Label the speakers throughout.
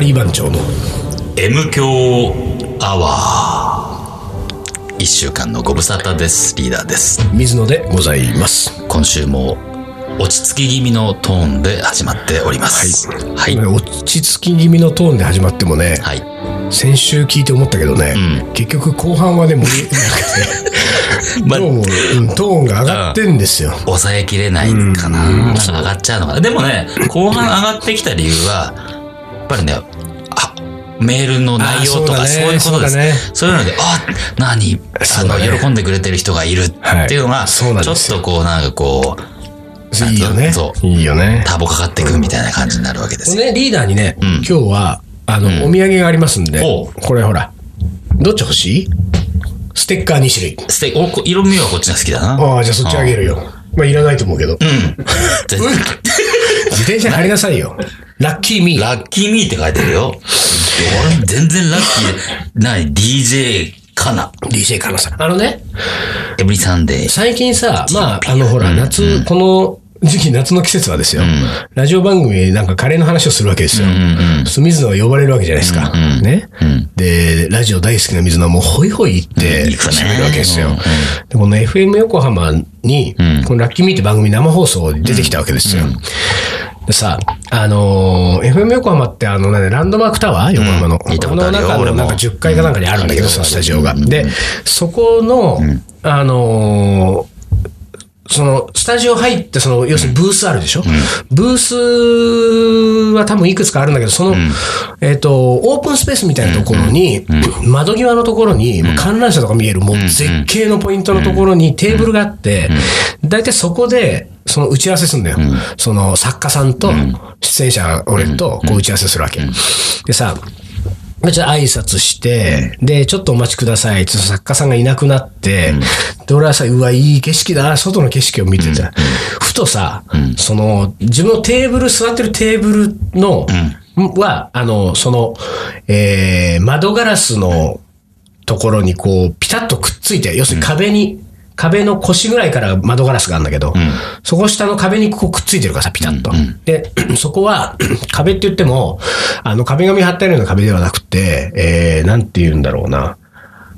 Speaker 1: リー番長の
Speaker 2: M 強アワー一週間のご無沙汰ですリーダーです
Speaker 1: 水野でございます。
Speaker 2: 今週も落ち着き気味のトーンで始まっておりますはいはい、
Speaker 1: 落ち着き気味のトーンで始まってもね、先週聞いて思ったけどね、結局後半はね、盛り、なん
Speaker 2: ま
Speaker 1: かね、どうも、うんトーンが上がってんですよ。
Speaker 2: 抑えきれないかな上がっちゃうのかなでもね後半上がってきた理由はやっぱりねあメールの内容と
Speaker 1: あ
Speaker 2: かそういうことです
Speaker 1: そうだね。
Speaker 2: そういうので、あ、何、あ
Speaker 1: そうだ
Speaker 2: の、
Speaker 1: ね
Speaker 2: 喜んでくれてる人がいるっていうの
Speaker 1: はい
Speaker 2: が、ち
Speaker 1: そ
Speaker 2: ょ
Speaker 1: うなん
Speaker 2: っ
Speaker 1: ですよ
Speaker 2: とこう、なんかこう、
Speaker 1: いいよね
Speaker 2: そ。う、
Speaker 1: いいよね。
Speaker 2: ターボかかってくみたいな感じになるわけですよ。
Speaker 1: ね、リーダーにね、今日は、あの、お土産がありますんで、
Speaker 2: おう
Speaker 1: これほら、どっち欲しいステッカー2種類。
Speaker 2: ステおこ色味はこっちが好きだな。
Speaker 1: ああ、じゃあそっちあげるよ。まあ、いらないと思うけ ど。
Speaker 2: うん。全然
Speaker 1: 自転車に入りなさいよ。ラッキーミー。
Speaker 2: ラッキーミーって書いてるよ。俺全然ラッキーで、ない、DJ かな。
Speaker 1: DJ カノさん。あのね、
Speaker 2: エブリサンデー。
Speaker 1: 最近さ、まあ、あの、ほら、夏、この時期、夏の季節はですよ、ラジオ番組なんかカレーの話をするわけですよ。そう水野は呼ばれるわけじゃないですか。ね、で、ラジオ大好きな水野はもうホイホイ行って、
Speaker 2: うん行くね
Speaker 1: 喋るわけですよ。
Speaker 2: うんうん
Speaker 1: で、この FM 横浜に、このラッキーミーって番組生放送で出てきたわけですよ。でさ、あのー FM 横浜ってあの、ね、ランドマークタワー横浜の。
Speaker 2: うん聞いたことあるよ
Speaker 1: の中
Speaker 2: 俺
Speaker 1: の
Speaker 2: も
Speaker 1: なんか10階かなんかにあるんだけど、
Speaker 2: うん
Speaker 1: そのスタジオが。で、そこの、あのーその、スタジオ入って、その、要するにブースあるでしょ、ブースは多分いくつかあるんだけど、その、えっ、と、オープンスペースみたいなところに、窓際のところに、観覧車とか見える、もう絶景のポイントのところにテーブルがあって、大体そこで、その打ち合わせするんだよ。その、作家さんと、出演者、俺と、こう打ち合わせするわけ。でさ、まあちょっと挨拶して、で、ちょっとお待ちください。その作家さんがいなくなって、で、俺はさ、うわ、いい景色だな、外の景色を見てた。ふとさ、その、自分のテーブル、座ってるテーブルの、は、あの、その、えー、窓ガラスのところにこう、ピタッとくっついて、要するに壁に、壁の腰ぐらいから窓ガラスがあるんだけど、そこ下の壁にこうくっついてるからさ、ピタッと。で、 そこは、壁って言っても、あの、壁紙貼ってあるような壁ではなくて、えー、なんて言うんだろうな。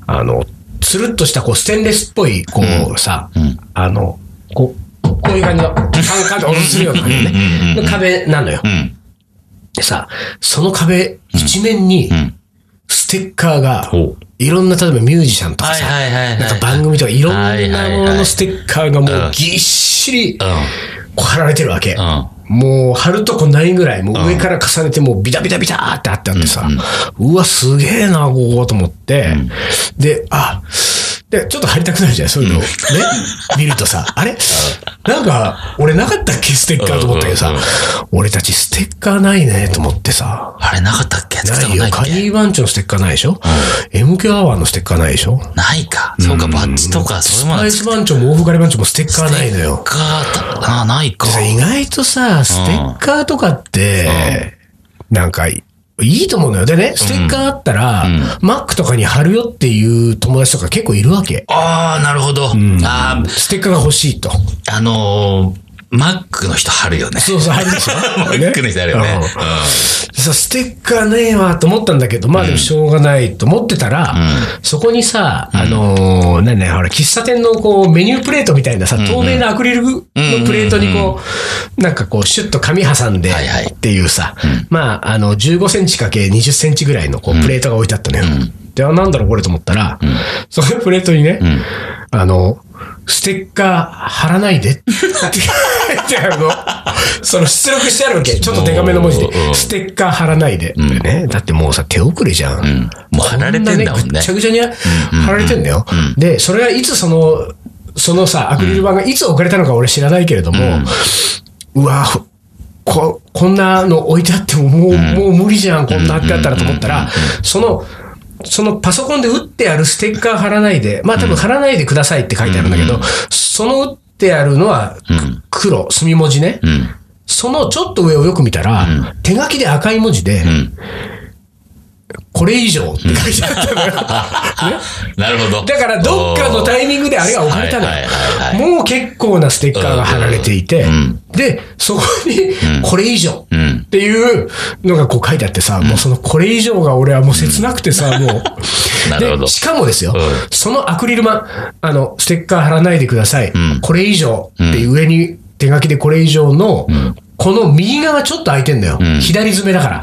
Speaker 1: あの、つるっとしたこう、ステンレスっぽい、こう、さ、あの、こう、こういう感じの、カンカンと下ろするような感じのね、の壁なのよ。
Speaker 2: ん
Speaker 1: でさ、その壁一面に、ステッカーが
Speaker 2: ほう、
Speaker 1: いろんな、例えばミュージシャンとか
Speaker 2: はい
Speaker 1: さ、
Speaker 2: はいはい
Speaker 1: なんか
Speaker 2: は
Speaker 1: 番組とかいろん
Speaker 2: はいは
Speaker 1: ない
Speaker 2: はい
Speaker 1: もののステッカーがも
Speaker 2: う
Speaker 1: うんぎっしり
Speaker 2: い。
Speaker 1: こう貼られてるわけ。
Speaker 2: うん。うん。
Speaker 1: もう貼るとこないぐらい、もう上から重ねてもうビタビタビターってあってあってさ、うわ、すげえな、ここと思って、で、あ、で、ちょっと貼りたくなるじゃん、そういうのをね、見ると さ、あれなんか、俺なかったっけ、ステッカーと思ったけど
Speaker 2: う
Speaker 1: さ
Speaker 2: んうん、
Speaker 1: 俺たちステッカーないね、と思ってさ、
Speaker 2: あれなかったっけ作った
Speaker 1: ない
Speaker 2: の
Speaker 1: よ
Speaker 2: な。いっ
Speaker 1: カ
Speaker 2: け
Speaker 1: リー番長のステッカーないでしょ、?MK アワーのステッカーないでしょ
Speaker 2: ないか。そうか、バッジとか、そういうもの
Speaker 1: アイス番長もオフカリ番長もステッカーないのよ。
Speaker 2: か、あ、ないか
Speaker 1: で。さ意外とさ、ステッカーとかって、なんかいいと思うのよ。でね、ステッカーあったら、マックとかに貼るよっていう友達とか結構いるわけ。
Speaker 2: ああ、なるほど。あー
Speaker 1: ステッカーが欲しいと。
Speaker 2: あのー、マックの人貼るよね。
Speaker 1: そうそう、貼るでしょ
Speaker 2: マックの人貼るよ
Speaker 1: うん。
Speaker 2: ね
Speaker 1: さ、ステッカーねえわと思ったんだけど、まあでもしょうがないと思ってたら、そこにさ、あのー、ねね、ほら、喫茶店のこう、メニュープレートみたいなさ、透明なアクリルのプレートにこう、なんかこう、シュッと紙挟んで
Speaker 2: はいはい
Speaker 1: っていうさ、まあ、あの、15センチかけ20センチぐらいのこう、プレートが置いてあったのよ。で、あ、なんだろうこれと思ったら、そのプレートにね、あの、ステッカー貼らないでって書いてあるの。その出力してあるわけ。ちょっとデカめの文字で
Speaker 2: うん。
Speaker 1: ステッカー貼らないで。ね。だってもうさ、手遅れじゃん。
Speaker 2: もう貼られてんだも
Speaker 1: こ
Speaker 2: ん
Speaker 1: な
Speaker 2: ね
Speaker 1: ぐっち。ゃぐちゃに貼られてんだよ。で、それがいつその、そのさ、アクリル板がいつ置かれたのか俺知らないけれども、うわこ、こんなの置いてあってももう、もう無理じゃん、こんなあってあったらと思ったら、その、そのパソコンで打ってあるステッカー貼らないで、まあ多分貼らないでくださいって書いてあるんだけど、その打ってあるのはく黒、墨文字ね。そのちょっと上をよく見たら、手書きで赤い文字で、これ以上って書いてあったのよ。 ね
Speaker 2: なるほど。
Speaker 1: だから、どっかのタイミングであれが置かれたの
Speaker 2: はいはいはいはい
Speaker 1: よ。もう結構なステッカーが貼られていて
Speaker 2: ん、
Speaker 1: で、そこに、これ以上
Speaker 2: ん
Speaker 1: っていうのがこう書いてあってさ、もうそのこれ以上が俺はもう切なくて さ、もう。
Speaker 2: なるほど
Speaker 1: でしかもですよ
Speaker 2: うん、
Speaker 1: そのアクリル板、あの、ステッカー貼らないでください。これ以上っていう上に手書きでこれ以上の、この右側ちょっと空いてんだよ。左詰めだから。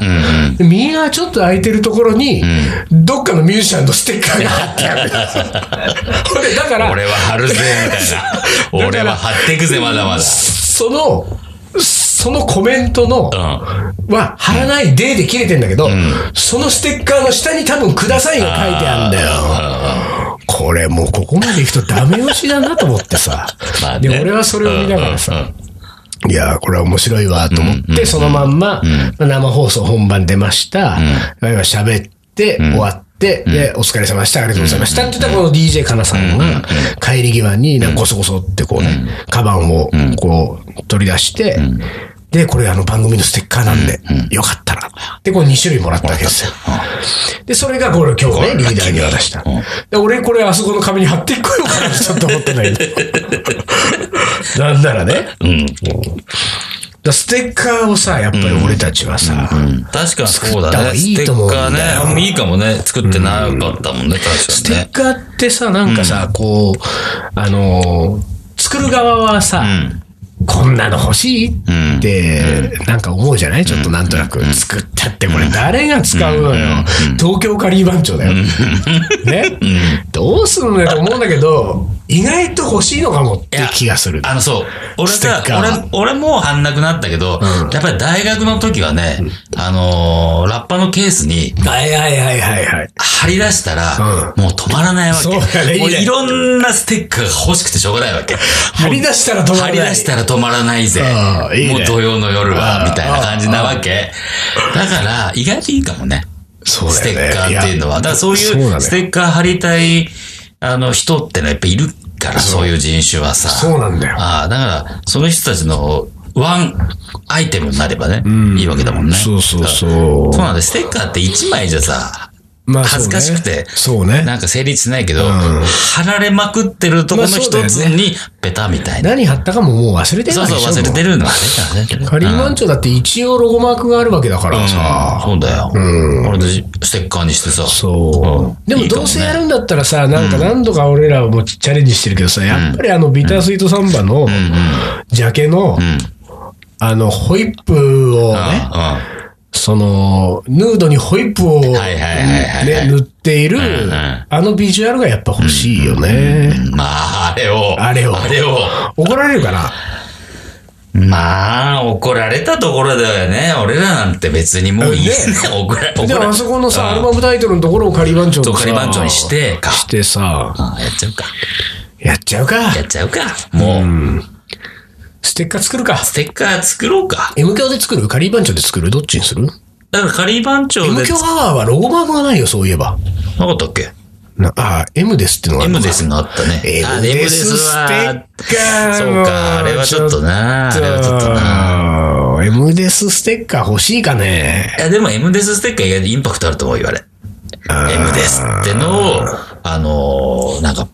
Speaker 1: で右側ちょっと空いてるところに、どっかのミュージシャンのステッカーが貼ってある。ほんで、だから、
Speaker 2: 俺は貼るぜ、み たいな。俺は貼っていくぜ、まだまだ。
Speaker 1: その、そのコメントの、
Speaker 2: うん。。
Speaker 1: は、貼らないでで切れてんだけど、そのステッカーの下に多分くださいが書いてあるんだよ。これもうここまで行くとダメ押しだなと思って さ
Speaker 2: まあね
Speaker 1: で、俺はそれを見ながら
Speaker 2: うんう
Speaker 1: さ
Speaker 2: んうん、
Speaker 1: いやー、これは面白いわと思って、そのまんま生放送本番出ました。今喋って終わって、で、お疲れ様でした、ありがとうございましたって言ったらこの DJ かなさんが帰り際になんかこそこそってこうね、カバンをこう取り出して、で、これあの番組のステッカーなんで、よかったら。で、これ2種類もらったわけですよ。で、それがこれ今日ね、リーダーに渡した。で、俺これあそこの壁に貼っていこようかなちょっと思ってない けど。なんならね。
Speaker 2: うん。
Speaker 1: だステッカーをさ、やっぱり俺たちはさ、
Speaker 2: 確かにそう
Speaker 1: 作った方
Speaker 2: だ
Speaker 1: が
Speaker 2: ね。
Speaker 1: いい
Speaker 2: ステ
Speaker 1: と思う
Speaker 2: ッ
Speaker 1: ん
Speaker 2: カー
Speaker 1: だよ
Speaker 2: ね。もういいかもね。作ってなかったもんね、確
Speaker 1: ス
Speaker 2: かに
Speaker 1: テッ
Speaker 2: ね。
Speaker 1: カーってさ、なんかさ、こう、あのー作る側はさ、こんなの欲しいって、なんか思うじゃないちょっとなんとなく。作ったってこれ誰が使うのよ。東京カリー番長だよ。ねどうすんのよと思うんだけど、意外と欲しいのかもって気がする。
Speaker 2: あの、そう。俺
Speaker 1: ステッカー
Speaker 2: さ、俺、俺もう貼んなくなったけど、やっぱり大学の時はね、あのーラッパのケースに
Speaker 1: はいはいはいはいはい。
Speaker 2: 貼り出したら、もう止まらないわけ。
Speaker 1: そうだねいいね
Speaker 2: もういろんなステッカーが欲しくてしょうがないわけ。
Speaker 1: 貼り出したら止まらな
Speaker 2: 張
Speaker 1: い。
Speaker 2: り出したら止まらないぜ。
Speaker 1: うんいいね
Speaker 2: もう土曜の夜は、
Speaker 1: うん
Speaker 2: みたいな感じなわけ。だから、意外といいかもね。
Speaker 1: そう
Speaker 2: ス
Speaker 1: だ
Speaker 2: テ
Speaker 1: よね
Speaker 2: ッカーっていうのは。だからそう
Speaker 1: そうだ
Speaker 2: いう
Speaker 1: ね
Speaker 2: ステッカー貼りたい、あの、人ってのはやっぱいるから、そういう人種はさ。
Speaker 1: そうなんだよ
Speaker 2: ああ、だから、その人たちのワンアイテムになればね、いいわけだもんね。
Speaker 1: そうそうそう
Speaker 2: そうなんだよステッカーって1枚じゃさ、
Speaker 1: まあ
Speaker 2: 恥ずかしくて
Speaker 1: そうね。そうね
Speaker 2: なんか成立しないけど、貼られまくってるとこの一
Speaker 1: まあ
Speaker 2: つ
Speaker 1: そうだよ
Speaker 2: に、ベタみたいな。
Speaker 1: 何貼ったかももう忘れてる
Speaker 2: そう
Speaker 1: わけ
Speaker 2: そ
Speaker 1: で
Speaker 2: う、
Speaker 1: しょ
Speaker 2: 忘れて
Speaker 1: も
Speaker 2: るの忘れてる
Speaker 1: うカリーマンチョだって一応ロゴマークがあるわけだからさ。
Speaker 2: そうだよ。俺たちステッカーにしてさ。
Speaker 1: そうう。でもどうせやるんだったらさ、なんか何度か俺らもチャレンジしてるけどさ、やっぱりあのビタースイートサンバのジャケの、あの、ホイップをね、
Speaker 2: う
Speaker 1: その、ヌードにホイップをね
Speaker 2: はいはいはいはい
Speaker 1: 塗っている
Speaker 2: んうん、
Speaker 1: あのビジュアルがやっぱ欲しいよね。
Speaker 2: んうん。まあ、あれを。
Speaker 1: あれを
Speaker 2: あれを。
Speaker 1: 怒られるかな
Speaker 2: まあ、怒られたところだよね。俺らなんて別にもういいね
Speaker 1: ね。
Speaker 2: 怒ら、怒
Speaker 1: で
Speaker 2: ら
Speaker 1: あ
Speaker 2: れ
Speaker 1: そこのさ、アルバムタイトルのところを仮番長に
Speaker 2: と
Speaker 1: さ
Speaker 2: 仮番長にして、か。
Speaker 1: してさ、
Speaker 2: あやっちゃうか。
Speaker 1: やっちゃうか。
Speaker 2: やっちゃうか。もう、
Speaker 1: ステッカー作るか。
Speaker 2: ステッカー作ろうか。
Speaker 1: M 教で作る仮番長で作るどっちにする
Speaker 2: だから仮番長
Speaker 1: ?M
Speaker 2: で
Speaker 1: 教
Speaker 2: 作、
Speaker 1: アワーはロゴマークがないよ、そういえば。
Speaker 2: なかったっけ
Speaker 1: なああ、M ですってのがある
Speaker 2: ?M
Speaker 1: のか
Speaker 2: ですのあったね。あ
Speaker 1: M ですステッカー
Speaker 2: そうか、あれはちょっとな。あれはちょっとな。
Speaker 1: うん M ですステッカー欲しいかね。
Speaker 2: いや、でも M デスステッカー意外とインパクトあると思うよ、あれ。M ですってのを、あのー、なんか、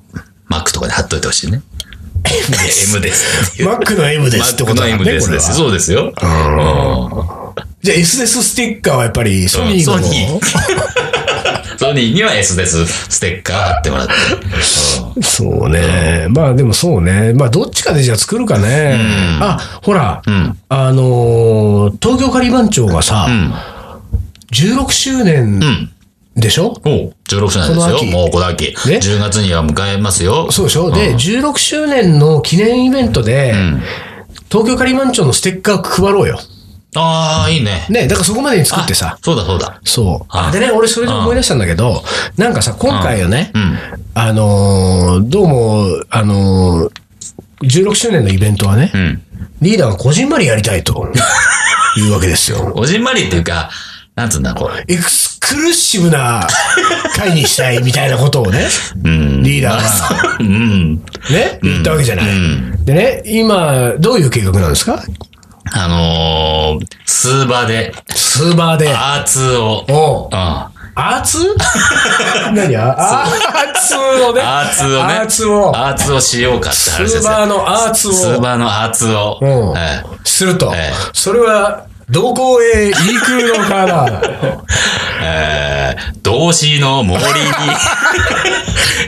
Speaker 2: マックとかで貼っといてほしいね。M ですっていう。
Speaker 1: マックの M で
Speaker 2: マ
Speaker 1: すっ
Speaker 2: ッ
Speaker 1: て
Speaker 2: ク
Speaker 1: こと
Speaker 2: の
Speaker 1: だ
Speaker 2: M
Speaker 1: ね、
Speaker 2: で
Speaker 1: こ
Speaker 2: す
Speaker 1: れ
Speaker 2: です。
Speaker 1: は。
Speaker 2: そうですよ。
Speaker 1: じゃあ S ですステッカーはやっぱりソニーの
Speaker 2: うんソニソニーには S ですステッカー貼ってもらって。
Speaker 1: そうね。まあでもそうね。まあどっちかでじゃあ作るかね。あ、ほら、あのー東京カリバン長がさ、16周年
Speaker 2: ん
Speaker 1: でしょ、
Speaker 2: おう16歳です
Speaker 1: この
Speaker 2: よ。
Speaker 1: 秋
Speaker 2: もうこの秋。
Speaker 1: ね
Speaker 2: 10月には迎えますよ。
Speaker 1: そうでしょ、で、16周年の記念イベントで、東京カリバン長のステッカー配ろうよ。
Speaker 2: ああ、いいね。
Speaker 1: ね、だからそこまでに作ってさ
Speaker 2: あ。そうだそうだ。
Speaker 1: そう
Speaker 2: あ。
Speaker 1: でね、俺それで思い出したんだけど、なんかさ、今回よね、あのーどうも、あのー16周年のイベントはね、
Speaker 2: ん
Speaker 1: リーダーがこじんまりやりたい というわけですよ。
Speaker 2: おじんまりっていうか、なんつうんだ、こう。
Speaker 1: エクスクルーシブな会にしたいみたいなことをね、
Speaker 2: うん。
Speaker 1: リーダーが
Speaker 2: うん。
Speaker 1: ね、言ったわけじゃない。でね、今、どういう計画なんですか
Speaker 2: あのー、スーバーで、
Speaker 1: スーバーで。
Speaker 2: アーツを、
Speaker 1: おう
Speaker 2: うん。
Speaker 1: アーツ 何やアーツをね。
Speaker 2: アーツをね。
Speaker 1: アーツを
Speaker 2: アーツをしようかって話ですよ。
Speaker 1: スーパーのアーツを
Speaker 2: スーパーのアーツを。
Speaker 1: うん
Speaker 2: え
Speaker 1: すると
Speaker 2: ええ、
Speaker 1: それは、どこへ行くのかな
Speaker 2: ええー動詞の 森に、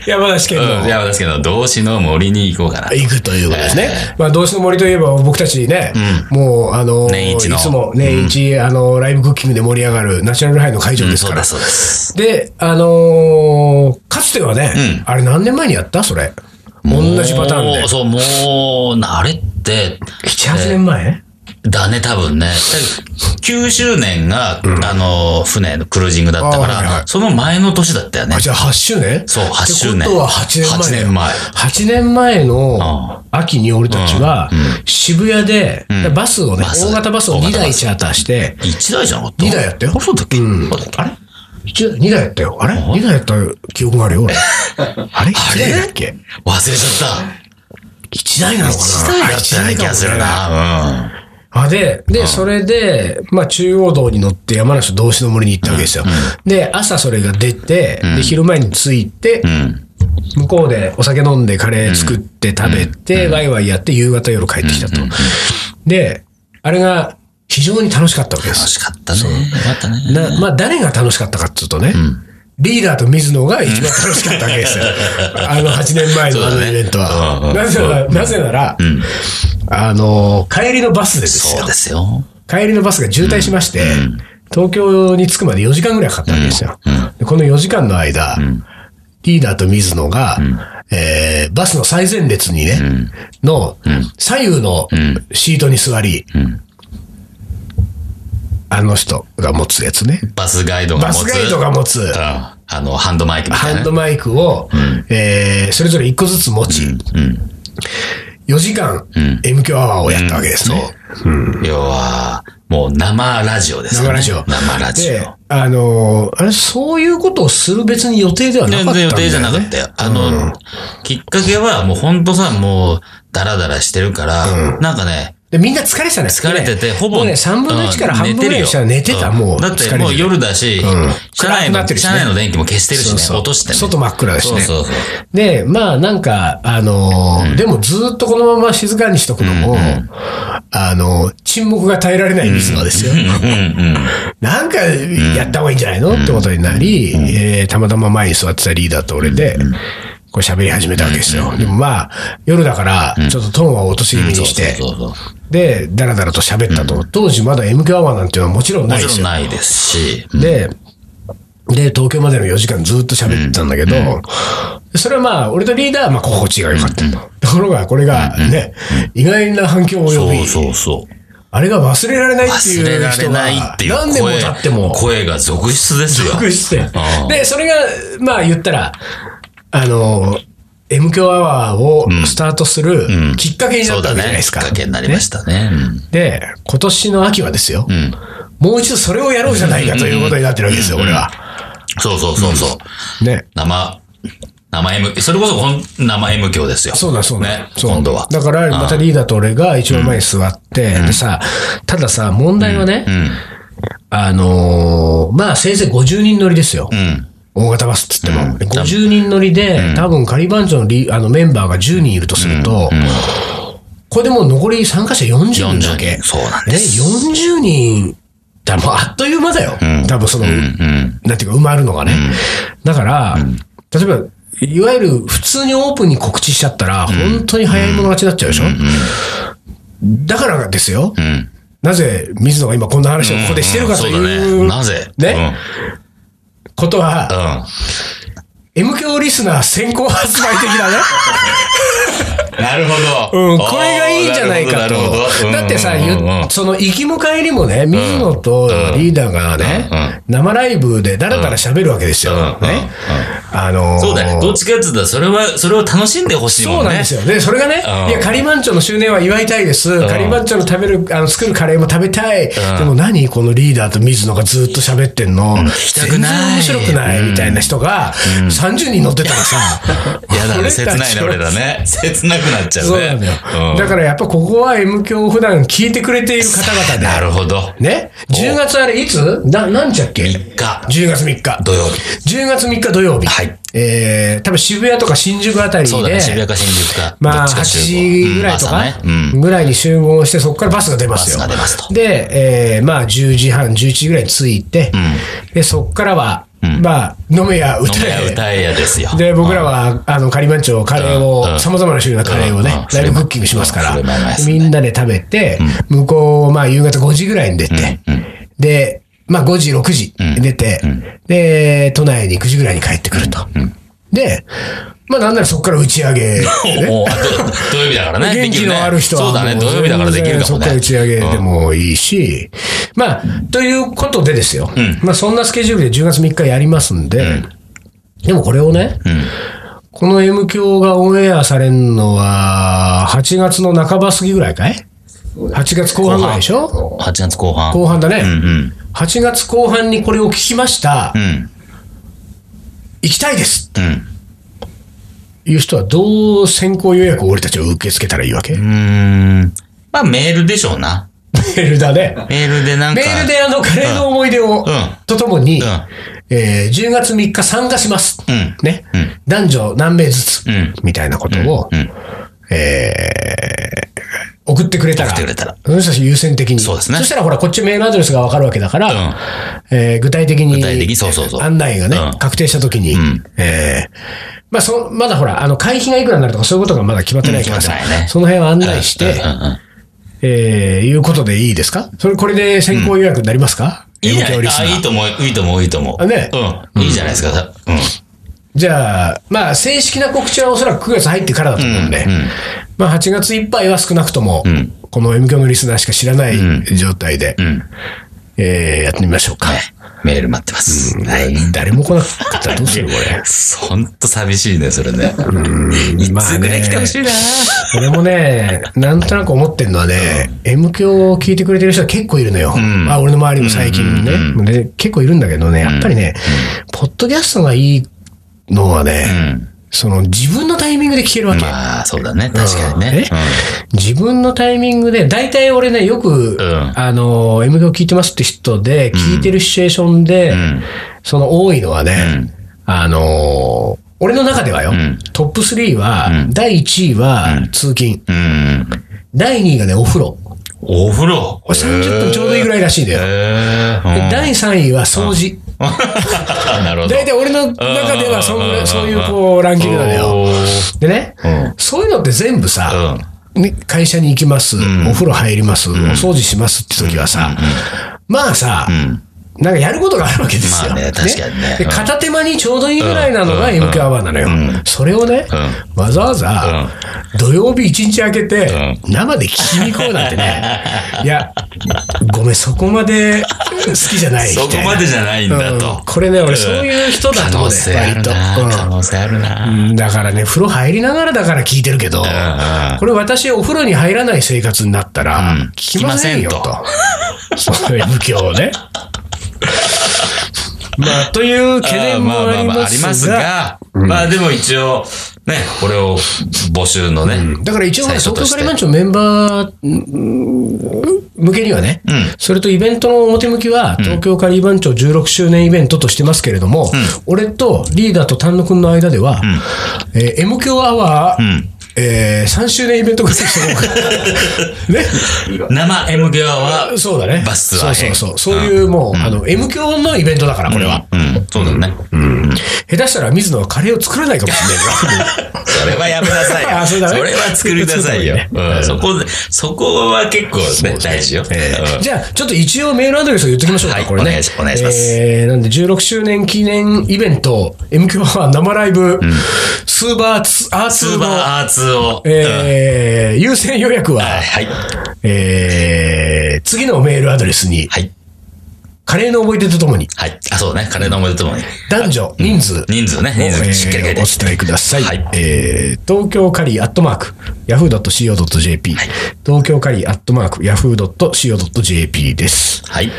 Speaker 1: 山梨県の。
Speaker 2: うん、いや、ですけど、動詞の森に行こうかな。
Speaker 1: 行くということですね。まあ、動詞の森といえば僕たちね、もう、あの、
Speaker 2: 年一の
Speaker 1: いつも年一、あの、ライブクッキングで盛り上がるナチュラルハイの会場
Speaker 2: う
Speaker 1: で
Speaker 2: ん、
Speaker 1: す
Speaker 2: そう
Speaker 1: から。
Speaker 2: です、そうです。
Speaker 1: で、あのーかつてはね、あれ何年前にやったそれ。同じパターンで
Speaker 2: もう。そう、もう、慣れって、
Speaker 1: 7、8年前
Speaker 2: だね、多分ね。90年が、あの、船のクルージングだったか
Speaker 1: あ
Speaker 2: ら、
Speaker 1: はいはい
Speaker 2: その前の年だったよね
Speaker 1: あ、。じゃあ8周年
Speaker 2: そう8周
Speaker 1: って
Speaker 2: 年
Speaker 1: ことは8年前。
Speaker 2: 8年前
Speaker 1: 8年前の秋に俺たちは、渋谷で、バスをね、
Speaker 2: バス
Speaker 1: 大型バスを
Speaker 2: 大型
Speaker 1: 2
Speaker 2: バス
Speaker 1: 台チャーターして、
Speaker 2: 1台じゃなかった
Speaker 1: 二台やったよ
Speaker 2: あそうだっけ、
Speaker 1: うん
Speaker 2: そうだっけあれ
Speaker 1: 一応2台やったよ。あれ ?2 台やった記憶があるよ、 俺。あれ ?1 台だっけ
Speaker 2: 忘れちゃった。
Speaker 1: ?1 台なのかな
Speaker 2: 1台だったような気がする。
Speaker 1: あれ一台かもね
Speaker 2: な。うん。
Speaker 1: あ、で、で、それで、まあ中央道に乗って山梨の道志の森に行ったわけですよ。で、朝それが出て、で、昼前に着いて、
Speaker 2: うん。
Speaker 1: 向こうでお酒飲んでカレー作って食べて、ワイワイやって夕方夜帰ってきたと。で、あれが非常に楽しかったわけで
Speaker 2: 楽
Speaker 1: す。
Speaker 2: しかったね。よかったね。
Speaker 1: なまあ誰が楽しかったかっていうとね、リーダーと水野が一番楽しかったわけです よ。あの8年前のあのイベント
Speaker 2: そうだ
Speaker 1: は。
Speaker 2: ね
Speaker 1: なぜなら、なぜなら、あの、帰りのバスでです
Speaker 2: そ
Speaker 1: よ
Speaker 2: う。ですよ。
Speaker 1: 帰りのバスが渋滞しまして、東京に着くまで4時間ぐらいかかったわけですよ。でこの4時間の間、リーダーと水野が、えーバスの最前列にね、の左右のシートに座り、あの人が持つやつね、
Speaker 2: バスガイドが
Speaker 1: バ
Speaker 2: 持つ。
Speaker 1: スガイドが持つ
Speaker 2: うん。あの、ハンドマイクみたい
Speaker 1: ハ
Speaker 2: な
Speaker 1: ン
Speaker 2: ね
Speaker 1: ド。マイクを、えーそれぞれ1個ずつ持ち、4時間、M 響アワーをやったわけですね。
Speaker 2: 要は、もう生ラジオですよね。
Speaker 1: 生ラジオ。
Speaker 2: 生ラジ
Speaker 1: で
Speaker 2: オ。、
Speaker 1: あのーあれ、そういうことをする別に予定ではなかった
Speaker 2: 全
Speaker 1: んだよ、
Speaker 2: 然予
Speaker 1: ね。
Speaker 2: 定じゃなかったよ。あの、きっかけはもうほんとさ、もう、ダラダラしてるから、なんかね、
Speaker 1: で、みんな疲れてたね。
Speaker 2: 疲れてて、ほ
Speaker 1: も
Speaker 2: ぼ。
Speaker 1: うね、3分の1から
Speaker 2: うん
Speaker 1: 半分ぐらいしたら寝てた、
Speaker 2: よ
Speaker 1: もう。
Speaker 2: んだってもう夜だし、車内
Speaker 1: 暗くなっ
Speaker 2: の、
Speaker 1: てるしね
Speaker 2: 車内の電気も消してるし
Speaker 1: そう
Speaker 2: ね、
Speaker 1: そう
Speaker 2: 落としてね。
Speaker 1: 外真っ暗だしね
Speaker 2: そうそうそう。
Speaker 1: で、まあなんか、あのーでもずっとこのまま静かにしとくのも、あのー沈黙が耐えられない水野ですよ。なんかやった方がいいんじゃないの、ってことになり、えーたまたま前に座ってたリーダーと俺で、こう喋り始めたわけですよ。でもまあ、夜だから、ちょっとトーンは落とし気味にして、
Speaker 2: そうそうそう
Speaker 1: で、だらだらと喋ったと。当時まだ MQ アワーなんていうのはもちろん
Speaker 2: も
Speaker 1: ない
Speaker 2: ち
Speaker 1: で
Speaker 2: ろ
Speaker 1: す
Speaker 2: ん
Speaker 1: よ。
Speaker 2: ないですし、
Speaker 1: で、で、東京までの4時間ずっと喋ってたんだけど、それはまあ、俺とリーダーはまあ心地が良かったと。ところが、これがね、意外な反響を
Speaker 2: そ
Speaker 1: 呼
Speaker 2: う
Speaker 1: び、
Speaker 2: そうそう。
Speaker 1: あれが忘れられないって
Speaker 2: 忘
Speaker 1: い
Speaker 2: れ
Speaker 1: う
Speaker 2: られ
Speaker 1: 人が
Speaker 2: ないっていう声。
Speaker 1: 何年も経っても、
Speaker 2: 声が続出ですよ。
Speaker 1: 隠して
Speaker 2: う。ん
Speaker 1: で、それが、まあ言ったら、あの、M 響アワーをスタートする
Speaker 2: うん
Speaker 1: きっかけにな
Speaker 2: そう
Speaker 1: った
Speaker 2: だ
Speaker 1: わけじゃない
Speaker 2: ね。
Speaker 1: で
Speaker 2: きっ
Speaker 1: すか。
Speaker 2: かけになりましたね。うん
Speaker 1: で、今年の秋はですよ、
Speaker 2: ん
Speaker 1: もう一度それをやろうじゃないかということになってるわけですよ、
Speaker 2: うん
Speaker 1: 俺は。
Speaker 2: そうそうそうそう。
Speaker 1: ね。
Speaker 2: 生、生 M、それこそこん生 M 教ですよ。
Speaker 1: そうだそうだ。
Speaker 2: ね、
Speaker 1: そう
Speaker 2: 今度は。
Speaker 1: だから、またリーダーと俺が一番前に座って、でさ、たださ、問題はね、
Speaker 2: うん。
Speaker 1: あのーまあ、せいぜい50人乗りですよ。
Speaker 2: うん。
Speaker 1: 大型バスっつっても、
Speaker 2: うん
Speaker 1: で50人乗りで、多分カリバンチョのリあのメンバーが10人いるとすると、これでもう残り参加者40人だけ。
Speaker 2: 40人そうなん
Speaker 1: で、
Speaker 2: です
Speaker 1: 40人、だもうあっという間だよ。多分その、
Speaker 2: うん。
Speaker 1: なんていうか埋まるのがね。だから、例えば、いわゆる普通にオープンに告知しちゃったら、本当に早い者勝ちになっちゃうでしょ、だからですよ。
Speaker 2: うん。
Speaker 1: なぜ水野が今こんな話をここでしてるかと
Speaker 2: そうだ
Speaker 1: い
Speaker 2: ね。
Speaker 1: う
Speaker 2: なぜ
Speaker 1: ねことは、
Speaker 2: うん。うん
Speaker 1: M 教リスナー先行発売的 なね。
Speaker 2: なるほど。
Speaker 1: うん、これがいいんじゃないかと。だってさ、ゆその行きも帰りもね、水野とリーダーがね、生ライブでだらだら喋るわけですよ。
Speaker 2: うんうん
Speaker 1: ね。あのー
Speaker 2: そうだね。どっちかって言ったら、それは、それを楽しんでほしい
Speaker 1: そ
Speaker 2: も
Speaker 1: うんなんで
Speaker 2: ね。
Speaker 1: すよ。で、それがね、
Speaker 2: うん
Speaker 1: いや、カリマンチョの周年は祝いたいです。カリマンチョの食べる、あの、作るカレーも食べたい。でも何このリーダーと水野がずっと喋ってんの。
Speaker 2: きたくない
Speaker 1: 全然面白くない、みたいな人が、30人乗ってたらさ、
Speaker 2: やだね、
Speaker 1: 俺たち
Speaker 2: 切
Speaker 1: は
Speaker 2: ないね、俺らね。切なくくなっちゃうね。
Speaker 1: そうなんだよ。
Speaker 2: うん
Speaker 1: だからやっぱここは M 響を普段聞いてくれている方々で。
Speaker 2: なるほど。
Speaker 1: ね ?10 月あれいつな、なんちゃっけ
Speaker 2: 3日、
Speaker 1: 10月3日。
Speaker 2: 土曜日。
Speaker 1: 10月3日土曜日。
Speaker 2: はい
Speaker 1: えー、多分渋谷とか新宿あたり
Speaker 2: そうだ
Speaker 1: で、
Speaker 2: ね、渋谷か新宿か。
Speaker 1: ま
Speaker 2: ど
Speaker 1: あ、
Speaker 2: っち
Speaker 1: 8
Speaker 2: か集合
Speaker 1: 時ぐらいと
Speaker 2: うん
Speaker 1: か
Speaker 2: 朝ね。うん。、
Speaker 1: ぐらいに集合して、そこからバスが出ますよ。
Speaker 2: バスが出ますと
Speaker 1: で、えー、まあ、10時半、11時ぐらいに着いて、で、そこからは、まあ、飲めや歌
Speaker 2: 飲めや
Speaker 1: え。
Speaker 2: 歌えやですよ。
Speaker 1: で、僕らは、あの、カリマンチョカレー
Speaker 2: うんう
Speaker 1: を、
Speaker 2: ん
Speaker 1: 様々な種類のカレーを
Speaker 2: うんうん
Speaker 1: ね、ライブクッキングしますか
Speaker 2: そ
Speaker 1: ら
Speaker 2: れもやりま、すね
Speaker 1: みんなで食べて、向こう、まあ、夕方5時ぐらいに出て、で、まあ、5時、6時出て、で、都内に9時ぐらいに帰ってくると。で、まあ、なんならそこから打ち上 げ、ね。
Speaker 2: もう、あと土曜日だから ね。
Speaker 1: 元気
Speaker 2: でき
Speaker 1: の
Speaker 2: ね
Speaker 1: ある人は、
Speaker 2: そうだね、
Speaker 1: も
Speaker 2: 土曜日だからできるか
Speaker 1: そ
Speaker 2: も
Speaker 1: こ
Speaker 2: ね。
Speaker 1: から打ち上げでもいいし、まあ、ということでですよ、まあ、そんなスケジュールで10月3日やりますんで、でもこれをね、この M 響がオンエアされるのは、8月の半ば過ぎぐらいかい ?8 月後半ぐらいでしょ
Speaker 2: うん。8月後半。
Speaker 1: 後半だね、
Speaker 2: うんうん。
Speaker 1: 8月後半にこれを聞きました、
Speaker 2: うん。
Speaker 1: 行きたいです
Speaker 2: うん。
Speaker 1: いう人はどう先行予約を俺たちを受け付けたらいいわけ、
Speaker 2: う
Speaker 1: メ
Speaker 2: ーん。まあ、メールでしょうな。
Speaker 1: ールだね。
Speaker 2: メールでなんか。
Speaker 1: メールであのカレーの思い出を、
Speaker 2: うん
Speaker 1: とともに、
Speaker 2: うん
Speaker 1: えー10月3日参加します。
Speaker 2: うん
Speaker 1: ね、
Speaker 2: うん
Speaker 1: 男女何名ずつ、
Speaker 2: うん
Speaker 1: みたいなことを、
Speaker 2: うんうん
Speaker 1: えー送ってくれたら。
Speaker 2: 送ってくれたら
Speaker 1: その人たち優先的に。
Speaker 2: そうですね
Speaker 1: そしたらほら、こっちメールアドレスがわかるわけだから、
Speaker 2: うん
Speaker 1: えー具体的に
Speaker 2: 具体的にそうそうそう
Speaker 1: 案内がね、
Speaker 2: うん
Speaker 1: 確定したときに、
Speaker 2: ん
Speaker 1: えーまあそ、まだほら、あの、会費がいくらになるとかそういうことがまだ決まってないからさ、
Speaker 2: うん決まってないね
Speaker 1: その辺は案内して、
Speaker 2: うんうんうん
Speaker 1: えー、いうことでいいですかそれ、これで先行予約になりますか、
Speaker 2: いいじゃない
Speaker 1: 影響リス
Speaker 2: あ
Speaker 1: ナー
Speaker 2: いいと思う、いいと思う、いいと思
Speaker 1: あ
Speaker 2: う。
Speaker 1: ね
Speaker 2: うん。いいじゃないですか。うん。
Speaker 1: じゃあ、まあ、正式な告知はおそらく9月入ってからだと思うんで、
Speaker 2: うんうん
Speaker 1: まあ、8月いっぱいは少なくとも、
Speaker 2: ん
Speaker 1: この M 響のリスナーしか知らない
Speaker 2: ん
Speaker 1: 状態で、
Speaker 2: うん。
Speaker 1: えーやってみましょうか。
Speaker 2: ねメール待ってます。はい。
Speaker 1: 誰も来なかったらどうするこれ。
Speaker 2: ほんと寂しいね、それね。 い
Speaker 1: まあ
Speaker 2: つ
Speaker 1: ね
Speaker 2: ぐらい来てほしいな。
Speaker 1: 俺もね、なんとなく思ってんのはね、M 響を聞いてくれてる人は結構いるのよ。
Speaker 2: ん
Speaker 1: まあ、俺の周りも最近ね、で。結構いるんだけどね、やっぱりね、ポッドキャストがいいのはね、
Speaker 2: うん。
Speaker 1: その自分のタイミングで聞けるわけ。
Speaker 2: まあ、そうだね。確かにね。
Speaker 1: うん自分のタイミングで、大体俺ね、よく、
Speaker 2: ん
Speaker 1: あの、M 響聞いてますって人で、聞いてるシチュエーションで、
Speaker 2: ん
Speaker 1: その多いのはね、
Speaker 2: うん
Speaker 1: あの、俺の中ではよ、
Speaker 2: ん
Speaker 1: トップ3は、第1位は通勤、
Speaker 2: うん。うん。
Speaker 1: 第2位がね、お風呂。
Speaker 2: お風呂。
Speaker 1: 30分ちょうどいいぐらいらしいんだよ。
Speaker 2: へ
Speaker 1: で
Speaker 2: ーうん
Speaker 1: 第3位は掃除。
Speaker 2: なるほど。
Speaker 1: 大体俺の中ではそん
Speaker 2: うんうんうんう
Speaker 1: な、
Speaker 2: ん
Speaker 1: そういうこうランキングなのよ。
Speaker 2: おー
Speaker 1: でね、
Speaker 2: うん
Speaker 1: そういうのって全部さ、
Speaker 2: うん。
Speaker 1: ね、会社に行きます、お風呂入ります、お掃除しますって時はさ、まあさ、
Speaker 2: ん
Speaker 1: なんかやることがあるわけですよ。
Speaker 2: まあね確かにね
Speaker 1: で
Speaker 2: うん
Speaker 1: 片手間にちょうどいいぐらいなのが MK アワーなのよ。それをね、わざわざ、土曜日一日明けて、生で聞きに行こうなんてね、 いや、ごめん、そこまで好きじゃないみた
Speaker 2: そ
Speaker 1: いな。
Speaker 2: こまでじゃないんだ
Speaker 1: うん
Speaker 2: と。
Speaker 1: これね俺そういう人だと思うね
Speaker 2: 可能性ある
Speaker 1: 割
Speaker 2: な。
Speaker 1: とうん
Speaker 2: 可能性あるな。
Speaker 1: うんだからね、風呂入りながらだから聞いてるけど、
Speaker 2: んうん
Speaker 1: これ私お風呂に入らない生活になったら
Speaker 2: うん、
Speaker 1: 聞きませんよ
Speaker 2: 聞き
Speaker 1: と
Speaker 2: ま。
Speaker 1: そういう不況を ね。まあ、という懸念もあり
Speaker 2: まあまあまあ、あり
Speaker 1: ま
Speaker 2: ますす
Speaker 1: が、
Speaker 2: が、まあでも一応、ね、これを募集のね、
Speaker 1: だから一応、
Speaker 2: サイト
Speaker 1: 東
Speaker 2: と
Speaker 1: 京
Speaker 2: し
Speaker 1: カ
Speaker 2: て
Speaker 1: リマンチョメンバー向けにはね、それとイベントの表向きは、東京カリバン町16周年イベントとしてますけれども、俺とリーダーと丹野くんの間では、えー M 響アワー、えー3周年イベントぐらいして もね。
Speaker 2: 生 M 響は、
Speaker 1: そうだね。
Speaker 2: バスツアー
Speaker 1: そう
Speaker 2: 編
Speaker 1: そうそう。そういうもう、あの、M 響のイベントだから、これは。
Speaker 2: うん、そうだね。
Speaker 1: 下手したら水野はカレーを作らないかもしれないよ
Speaker 2: それはやめなさい
Speaker 1: あ
Speaker 2: よ。
Speaker 1: そう
Speaker 2: そ
Speaker 1: だね
Speaker 2: れは作りなさいよ。うん そこ、そこは結構ね、大事よ。
Speaker 1: えー
Speaker 2: うん
Speaker 1: じゃあ、ちょっと一応メールアドレスを言っておきましょうか、
Speaker 2: はい
Speaker 1: これね。
Speaker 2: お願いしお願いします
Speaker 1: えーなんで、16周年記念イベント、M 響は生ライブ、スーバーツアー
Speaker 2: ス
Speaker 1: ツー
Speaker 2: ー
Speaker 1: の
Speaker 2: パーアーツを。うん
Speaker 1: えー優先予約は、
Speaker 2: はい。
Speaker 1: えー次のメールアドレスに、
Speaker 2: はい。
Speaker 1: カレーの思い出とともに、
Speaker 2: はい。あ、そうね。カレーの思い出ともに。
Speaker 1: 男女、人数、
Speaker 2: 人数ね。人数しっかり書い
Speaker 1: え
Speaker 2: て。
Speaker 1: ーお伝えください。
Speaker 2: はい
Speaker 1: えー東京カリーアットマーク、yahoo.co.jp、東京カリーアットマーク、yahoo.co.jp です。
Speaker 2: はい。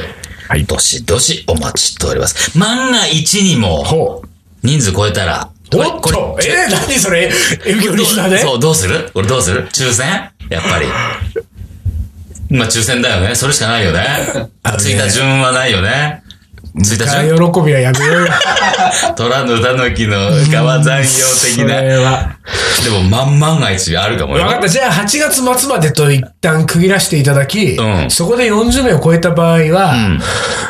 Speaker 1: はい
Speaker 2: どしどしお待ちしております。万が一にも、
Speaker 1: ほう。
Speaker 2: 人数超えたら、
Speaker 1: お
Speaker 2: れ
Speaker 1: っ
Speaker 2: これ
Speaker 1: とえー、何それ M 響リスナーで
Speaker 2: そう、どうする俺どうする抽選やっぱ り。まあ抽選だよね。それしかないよね。ついた順はないよね。ついた
Speaker 1: 喜
Speaker 2: 順
Speaker 1: びはやめようよ。
Speaker 2: 取らぬたぬきの川残業的な。
Speaker 1: それは。
Speaker 2: でも、万万が一あるかも
Speaker 1: 分かった。じゃあ、8月末までと一旦区切らせていただき、
Speaker 2: うん
Speaker 1: そこで40名を超えた場合は、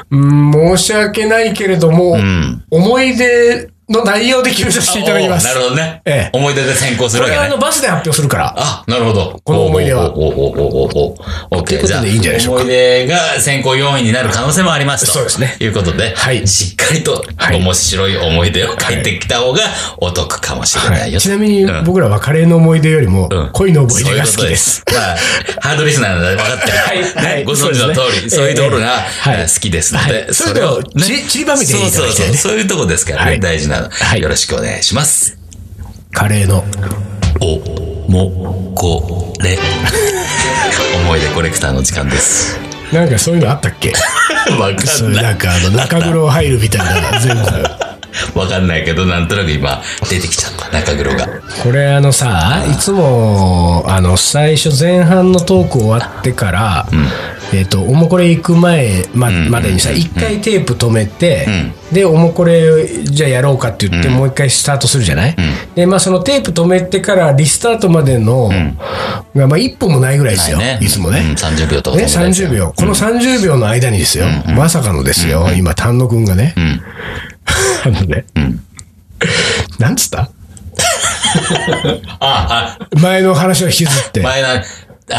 Speaker 1: うん申し訳ないけれども、
Speaker 2: ん
Speaker 1: 思い出の内容で決めさせていただきます。
Speaker 2: おなるほどね。
Speaker 1: ええ
Speaker 2: 思い出で先行する
Speaker 1: こ
Speaker 2: わ
Speaker 1: れ
Speaker 2: け
Speaker 1: はあの
Speaker 2: ね。
Speaker 1: バスで発表するから。
Speaker 2: あ、なるほど。
Speaker 1: この思い出は
Speaker 2: おおおおおおおお。オッ
Speaker 1: と
Speaker 2: ケ
Speaker 1: いうことで
Speaker 2: ー。じゃあ、
Speaker 1: いいんじゃないでしょうか
Speaker 2: 思い出が先行要因になる可能性もありますと。
Speaker 1: そうですね。
Speaker 2: いうことで、
Speaker 1: はい
Speaker 2: しっかりと
Speaker 1: はい
Speaker 2: 面白い思い出を書いてきた方がお得かもしれないよ。
Speaker 1: ちなみに
Speaker 2: うん
Speaker 1: 僕らはカレーの思い出よりも
Speaker 2: うん
Speaker 1: 恋の思い出が好きです。。
Speaker 2: そういうことまあ、ハードリスナーなら分かってる。
Speaker 1: はい
Speaker 2: ねご存知
Speaker 1: そうです
Speaker 2: の通
Speaker 1: ね
Speaker 2: り、そういうところが
Speaker 1: ええはい
Speaker 2: えー好きですの
Speaker 1: はい
Speaker 2: で、れ
Speaker 1: そういうとこちちりばめていただきたいね
Speaker 2: そうそうそう、そういうとこですから
Speaker 1: は
Speaker 2: ね、
Speaker 1: い
Speaker 2: 大事なの
Speaker 1: は。い
Speaker 2: よろしくお願いします。
Speaker 1: カレーの。
Speaker 2: お、も、こ、れ。思い出コレクターの時間 です。
Speaker 1: なんかそういうのあったっけ
Speaker 2: わか
Speaker 1: そ
Speaker 2: ん
Speaker 1: れ
Speaker 2: ない。
Speaker 1: なんかあの中黒入るみたいな全部。
Speaker 2: わかんないけど、なんとなく今、出てきちゃった、中黒が。
Speaker 1: これあのさ、いつも、あの、最初前半のトーク終わってから、えっと、おもこれ行く前ままでにさ、一回テープ止めて、で、おもこれじゃあやろうかって言って、もう一回スタートするじゃないで、まあそのテープ止めてからリスタートまでの、がまあ一歩もないぐらいですよ。いつもね。
Speaker 2: うん30秒とか
Speaker 1: ね、
Speaker 2: そんぐらいですよ
Speaker 1: 30秒。この30秒の間にですよ。まさかのですよ。今、丹野くんがね。 あのね。なんつった
Speaker 2: あ、あ、
Speaker 1: 前の話を引きずって。
Speaker 2: 前の、あ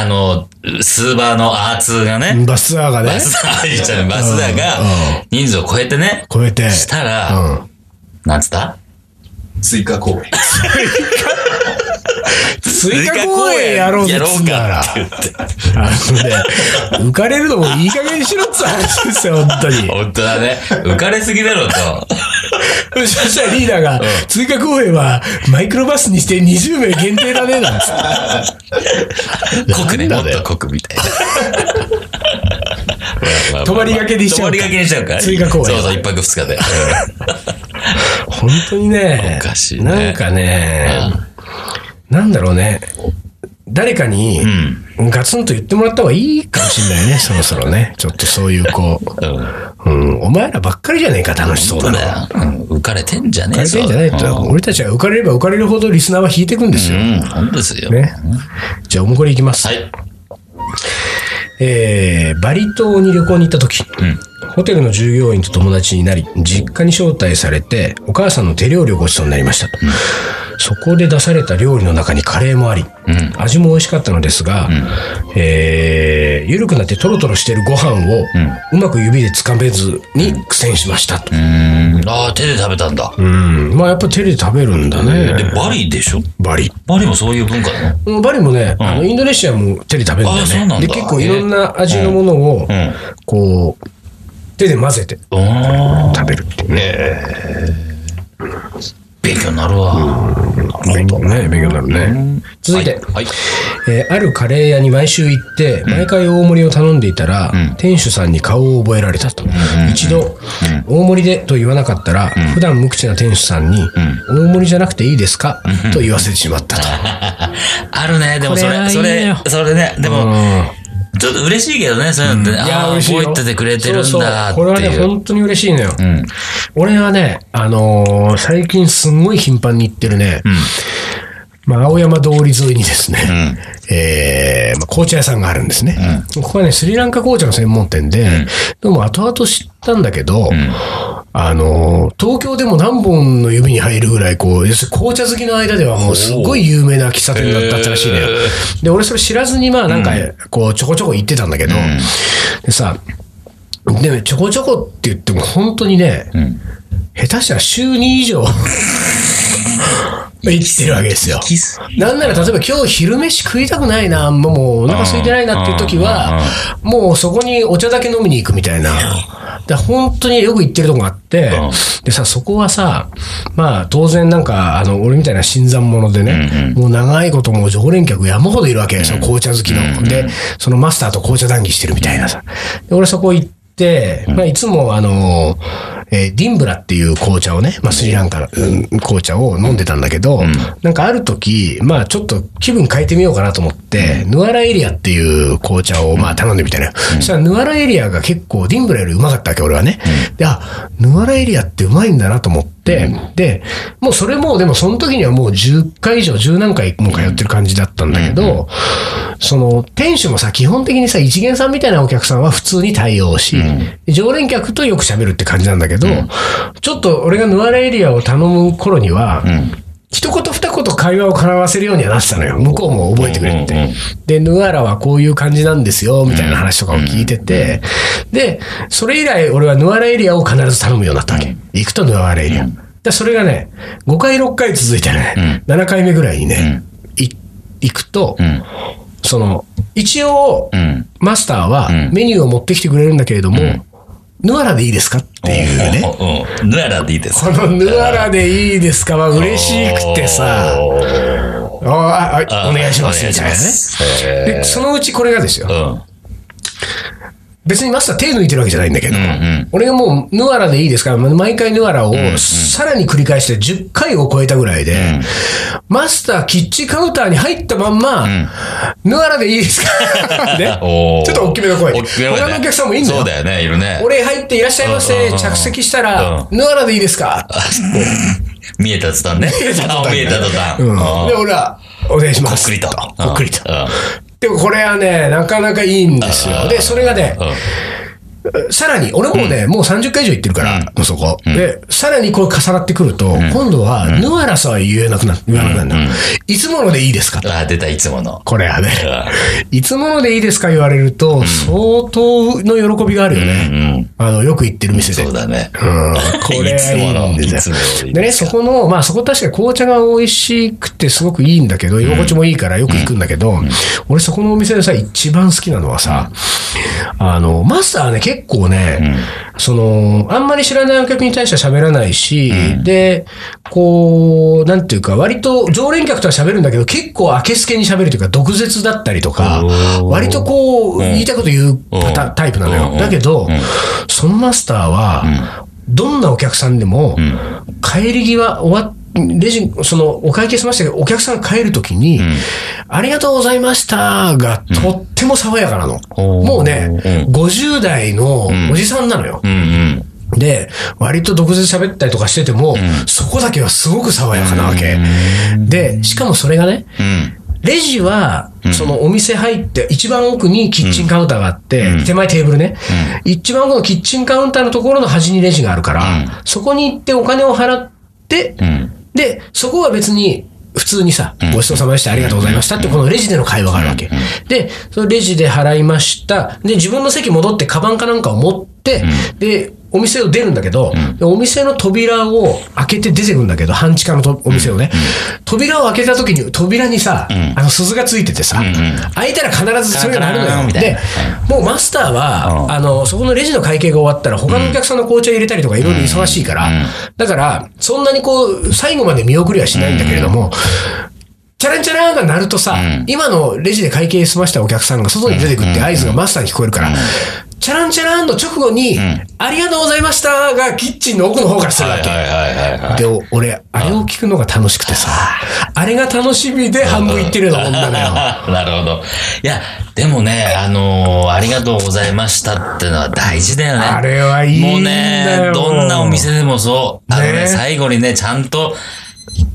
Speaker 2: の、スーバーのアーツがね、
Speaker 1: バスアーがね
Speaker 2: バ、スダー、言っちゃうバスダーが
Speaker 1: うん、
Speaker 2: 人数を超えてね、
Speaker 1: 超えて。
Speaker 2: した
Speaker 1: う
Speaker 2: ら、
Speaker 1: ん。
Speaker 2: なんつった
Speaker 3: 追加公演。
Speaker 1: 追加公演やろうぜっつうんだから。あ
Speaker 2: 追加公演やろうかって言って。
Speaker 1: の ね、浮かれるのもいい加減にしろっつう話ですよ、本当に。
Speaker 2: 本当だね。浮かれすぎだろうと。
Speaker 1: そしたらリーダーが、追加公演はマイクロバスにして20名限定だね、なんつって。
Speaker 2: 濃くね、も
Speaker 1: なん
Speaker 2: っ
Speaker 1: だよ
Speaker 2: と濃くみたいな。
Speaker 1: 泊まりがけにしちゃうか
Speaker 2: 泊まりがけにしちゃうか。
Speaker 1: 追加公演
Speaker 2: そうそう、一泊二日で。
Speaker 1: 本当にね、
Speaker 2: おかしいね
Speaker 1: なんかね、なんだろうね、誰かにガツンと言ってもらった方がいいかもしれないね、そろそろね。ちょっとそういうこう、
Speaker 2: うん。
Speaker 1: うん、お前らばっかりじゃねえか、楽しそう
Speaker 2: そ
Speaker 1: だ
Speaker 2: う
Speaker 1: な。
Speaker 2: だよ。うん浮かれてんじゃね
Speaker 1: 浮か
Speaker 2: え
Speaker 1: れてんじゃないと、
Speaker 2: うん
Speaker 1: 俺たちは浮かれれば浮かれるほどリスナーは引いていくんですよ。
Speaker 2: うん、本当ですよ。
Speaker 1: ね。じゃあ、おもこれいきます。
Speaker 2: はい。
Speaker 1: えー、バリ島に旅行に行った時、ホテルの従業員と友達になり、実家に招待されて、お母さんの手料理をご馳走になりましたと。そこで出された料理の中にカレーもあり、味も美味しかったのですが、えー、緩くなってトロトロしているご飯を、うまく指で掴めずに苦戦しましたと。
Speaker 2: うん。ああ、手で食べたんだ。
Speaker 1: うん。まあ、やっぱ手で食べるんだ
Speaker 2: で
Speaker 1: ね。、
Speaker 2: バリでしょ
Speaker 1: バリ。
Speaker 2: バリもそういう文化なの
Speaker 1: うんバリもね、あのインドネシアも手で食べるんだよ
Speaker 2: あそうな
Speaker 1: ね。
Speaker 2: ん
Speaker 1: で、
Speaker 2: だ
Speaker 1: 結構いろんな味のものを、
Speaker 2: ん
Speaker 1: こう、手で混ぜて
Speaker 2: うん。
Speaker 1: 食べるっていうね。
Speaker 2: 勉強になるわ。
Speaker 1: 勉強ね、勉強になるね。続いて、
Speaker 2: はい。
Speaker 1: えーあるカレー屋に毎週行って、毎回大盛りを頼んでいたら、店主さんに顔を覚えられたと。一度、大盛りでと言わなかったら、普段無口な店主さんに、大盛りじゃなくていいですかと言わせてしまったと。
Speaker 2: あるね。でもそ
Speaker 1: これはい
Speaker 2: れ、
Speaker 1: い
Speaker 2: そ
Speaker 1: の
Speaker 2: れ
Speaker 1: よ、
Speaker 2: それね。で
Speaker 1: う
Speaker 2: も、
Speaker 1: ん
Speaker 2: ちょっと嬉しいけどね、そういうのって。
Speaker 1: いやー、
Speaker 2: ああ、
Speaker 1: 嬉しいよ。
Speaker 2: 覚えててくれてるん
Speaker 1: そうそう
Speaker 2: だって
Speaker 1: これはね、
Speaker 2: いう。
Speaker 1: 本当に嬉しいのよ。
Speaker 2: ん
Speaker 1: 俺はね、あのー最近すんごい頻繁に行ってるね、まあ、青山通り沿いにですね、えーまあ、紅茶屋さんがあるんですね。ここはね、スリランカ紅茶の専門店で、でも後々知ったんだけど、あのー東京でも何本の指に入るぐらい、こう、要するに紅茶好きの間ではもうすごい有名な喫茶店だったらしいのよ
Speaker 2: へー。
Speaker 1: で、俺それ知らずに、まあなんか、こう、ちょこちょこ行ってたんだけど、でさ、でもちょこちょこって言っても本当にね、下手したら週2以上行ってるわけですよ。
Speaker 2: キス。
Speaker 1: なんなら例えば今日昼飯食いたくないな、もうもうお腹空いてないなっていう時は、もうそこにお茶だけ飲みに行くみたいな。で本当によく行ってるとこがあって、でさ、そこはさ、まあ当然なんか、あの、俺みたいな新参者でね、もう長いこともう常連客山ほどいるわけ、その紅茶好きの。で、そのマスターと紅茶談義してるみたいなさ。で俺そこ行って、まあいつもあの、えーディンブラっていう紅茶をね、まあ、スリランカの、うん紅茶を飲んでたんだけど、なんかある時、まあ、ちょっと気分変えてみようかなと思って、ヌアラエリアっていう紅茶をまあ頼んでみたのよ。そしたらヌアラエリアが結構ディンブラよりうまかったわけ、俺はね。で、あ、ヌアラエリアってうまいんだなと思って、で、もうそれも、でもその時にはもう10回以上、10何回も通ってる感じだったんだけど、その、店主もさ、基本的にさ、一元さんみたいなお客さんは普通に対応し、常連客とよく喋るって感じなんだけど、ちょっと俺がヌアラエリアを頼む頃には、一言二言会話を絡ませるようにはなってたのよ。向こうも覚えてくれって。
Speaker 2: うんうん
Speaker 1: で、ヌアラはこういう感じなんですよ、みたいな話とかを聞いてて、で、それ以来俺はヌアラエリアを必ず頼むようになったわけ。行くとヌアラエリア。で、それがね、5回、6回続いてね、7回目ぐらいにね、い行くと、
Speaker 2: ん
Speaker 1: その、一応、
Speaker 2: ん
Speaker 1: マスターはメニューを持ってきてくれるんだけれども、ヌアラでいいですかっていうね。
Speaker 2: うん。ぬららでいいで す
Speaker 1: このヌアラでいいですかは嬉しくてさ、
Speaker 2: お
Speaker 1: おああお願いしますみたいなね。
Speaker 2: ね
Speaker 1: で、そのうちこれがですよ。
Speaker 2: うん。
Speaker 1: 別にマスター手抜いてるわけじゃないんだけど、
Speaker 2: ん
Speaker 1: 俺がもう、ヌアラでいいですから、毎回ヌアラをさらに繰り返して10回を超えたぐらいで、マスターキッチンカウンターに入ったまんま、ヌアラでいいですか ね
Speaker 2: おー
Speaker 1: ちょっと大きめの声で
Speaker 2: 大きめの声で
Speaker 1: 他のお客さんもいんのよ
Speaker 2: そうだよね、いるね。
Speaker 1: 俺入っていらっしゃいま
Speaker 2: うんうん
Speaker 1: せ
Speaker 2: うんう、ん
Speaker 1: 着席したら、
Speaker 2: う
Speaker 1: ヌアラでいいですか
Speaker 2: 見えた途端ね。見えた途端。見えた途端。
Speaker 1: うん
Speaker 2: うん
Speaker 1: で、俺は、お願いしま
Speaker 2: こっ
Speaker 1: す。
Speaker 2: くりと。
Speaker 1: こっくりと。
Speaker 2: うん
Speaker 1: でもこれはね、なかなかいいんですよ。で、それがね、さらに、俺もね、もう30回以上行ってるから、もうそこ。で、さらにこれ重なってくると、今度は、ヌアラさは言えなくな、言わなくなるのいつものでいいですかと。
Speaker 2: うんあ、出た、いつもの。
Speaker 1: これはね、いつものでいいですか言われると、相当の喜びがあるよ
Speaker 2: う
Speaker 1: ね。
Speaker 2: ん。
Speaker 1: あの、よく行ってる店で。
Speaker 2: そううんだね。
Speaker 1: これはいいんで
Speaker 2: い
Speaker 1: すよ
Speaker 2: つものいつものいい
Speaker 1: でね、そこの、まあそこ確か紅茶が美味しくてすごくいいんだけど、居心地もいいからよく行くんだけど、俺そこのお店でさ、一番好きなのはさ、あの、マスターはね、結構ね、その、あんまり知らないお客に対しては喋らないし、で、こう、なんていうか、割と常連客とは喋るんだけど、結構明けすけに喋るというか、毒舌だったりとか
Speaker 2: お、ー
Speaker 1: 割とこう、言いたいこと言うパターン
Speaker 2: うん
Speaker 1: タイプなの
Speaker 2: うん
Speaker 1: よ。だけど、そのマスターは、どんなお客さんでも、帰り際終わっレジ、その、お会計しましたけど、お客さんが帰るときに、ありがとうございましたが、とっても爽やかなの。
Speaker 2: おー
Speaker 1: もうね、
Speaker 2: う
Speaker 1: 50代のおじさんなのよ。
Speaker 2: うんうん。
Speaker 1: で、割と毒舌喋ったりとかしてても、そこだけはすごく爽やかなわけ。で、しかもそれがね、
Speaker 2: うん。
Speaker 1: レジは、そのお店入って、一番奥にキッチンカウンターがあって、手前テーブルね、一番奥のキッチンカウンターのところの端にレジがあるから、そこに行ってお金を払って、
Speaker 2: うん。
Speaker 1: で、そこは別に、普通にさ、ごちそうさまでした、ありがとうございましたって、このレジでの会話があるわけ。で、そのレジで払いました。で、自分の席戻って、カバンかなんかを持って、で、お店を出るんだけど、でお店の扉を開けて出てくんだけど、半地下のとお店をね、扉を開けた時に、扉にさ、あの鈴がついててさ、開いたら必ずそれが鳴るの
Speaker 2: カラカラ
Speaker 1: よ。
Speaker 2: みたい
Speaker 1: で、
Speaker 2: な
Speaker 1: もうマスターは、あの、そこのレジの会計が終わったら、他のお客さんの紅茶入れたりとか、いろいろ忙しいから、だから、そんなにこう、最後まで見送りはしないんだけれども、チャランチャランが鳴るとさ、今のレジで会計済ましたお客さんが外に出てくって合図がマスターに聞こえるから、チャランチャランの直後に、ありがとうございましたが、キッチンの奥の方からするわ
Speaker 2: はい
Speaker 1: け。
Speaker 2: はいはいはい。
Speaker 1: で、お俺、あれを聞くのが楽しくてさ、あれが楽しみで半分いって るようなもんだよ。
Speaker 2: なるほど。いや、でもね、あのーありがとうございましたってのは大事だよね。
Speaker 1: あれはいいんだよ
Speaker 2: もうね、どんなお店でもそう。あのね、
Speaker 1: ね
Speaker 2: 最後にね、ちゃんと、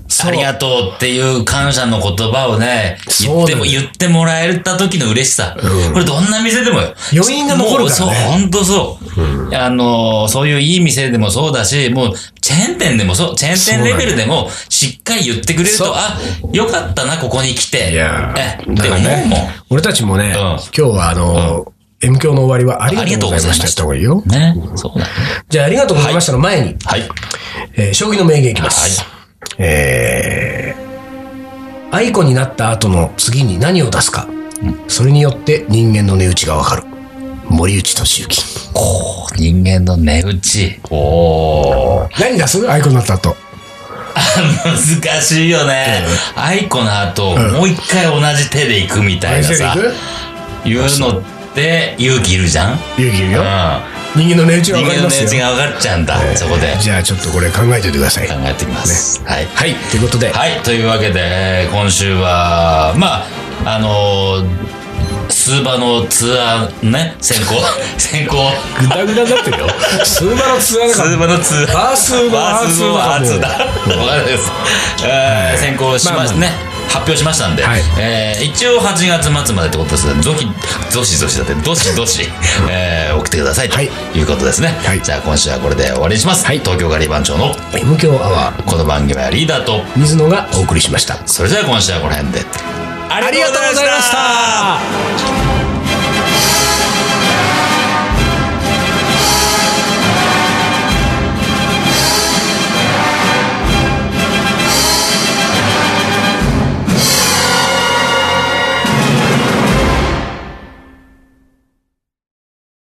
Speaker 1: そう
Speaker 2: ありがとうっていう感謝の言葉をね、言って
Speaker 1: そう
Speaker 2: も、
Speaker 1: だ
Speaker 2: 言ってもらえた時の嬉しさ。これどんな店でもよ。
Speaker 1: 余韻が残るからね
Speaker 2: もうそう、本当そう。あのーそういういい店でもそうだし、もう、チェーン店でもそう、チェーン店レベルでも、しっかり言ってくれる
Speaker 1: そう
Speaker 2: と、あ、よかったな、ここに来て。
Speaker 1: いやー
Speaker 2: え、って
Speaker 1: だ
Speaker 2: 思
Speaker 1: からね
Speaker 2: うもん。
Speaker 1: 俺たちもね、
Speaker 2: ん
Speaker 1: 今日はあの、M 教の終わりはありがとうございましたやった方がいいよ。
Speaker 2: ね。そうだね。
Speaker 1: じゃあ、ありがとうございましたの前に、
Speaker 2: はい。はい。
Speaker 1: えー将棋の名言いきます。えー、アイコになった後の次に何を出すか、それによって人間の値打ちがわかる。森内俊之。
Speaker 2: こう、人間の値打ち。おー。
Speaker 1: 何出すアイコになった後。
Speaker 2: 難しいよね。アイコの後、もう一回同じ手で行くみたいなさ、
Speaker 1: 勇
Speaker 2: いうのって勇気いるじゃん
Speaker 1: 気いるよ。
Speaker 2: う
Speaker 1: 人間の値打ちが
Speaker 2: 人
Speaker 1: 分かり
Speaker 2: 間の
Speaker 1: ま
Speaker 2: 値打
Speaker 1: す
Speaker 2: ち
Speaker 1: よ。
Speaker 2: が上がっちゃうんだ、そこで。
Speaker 1: じゃあちょっとこれ考えておいてください。
Speaker 2: 考えてみます。はい。
Speaker 1: はい、ということで、
Speaker 2: はい、というわけで、えー今週は、まあ、あのースーバのツアーね、先 行、先行、
Speaker 1: グダグダになって るよ。スーバのツアーだ
Speaker 2: ス
Speaker 1: から。
Speaker 2: ーバのツアー。
Speaker 1: あースーバー、あースーバー。
Speaker 2: あ
Speaker 1: もう
Speaker 2: スーバーあーツーだ。わかんないです。えー先行し
Speaker 1: まあ
Speaker 2: ま
Speaker 1: まあ
Speaker 2: ね、発表しましたんで、
Speaker 1: はい
Speaker 2: えー一応8月末までってことですので、どき、どしどしだって、どしど し、えー送ってくださいと
Speaker 1: はい
Speaker 2: いうことですね。
Speaker 1: はい
Speaker 2: じゃあ今週はこれで終わりにします。
Speaker 1: はい
Speaker 2: 東京ガリバン長の
Speaker 1: M 強アワー、
Speaker 2: この番組はリーダーと、
Speaker 1: 水野がお送りしました。
Speaker 2: それでは今週はこの辺で。あ
Speaker 1: りがとうございました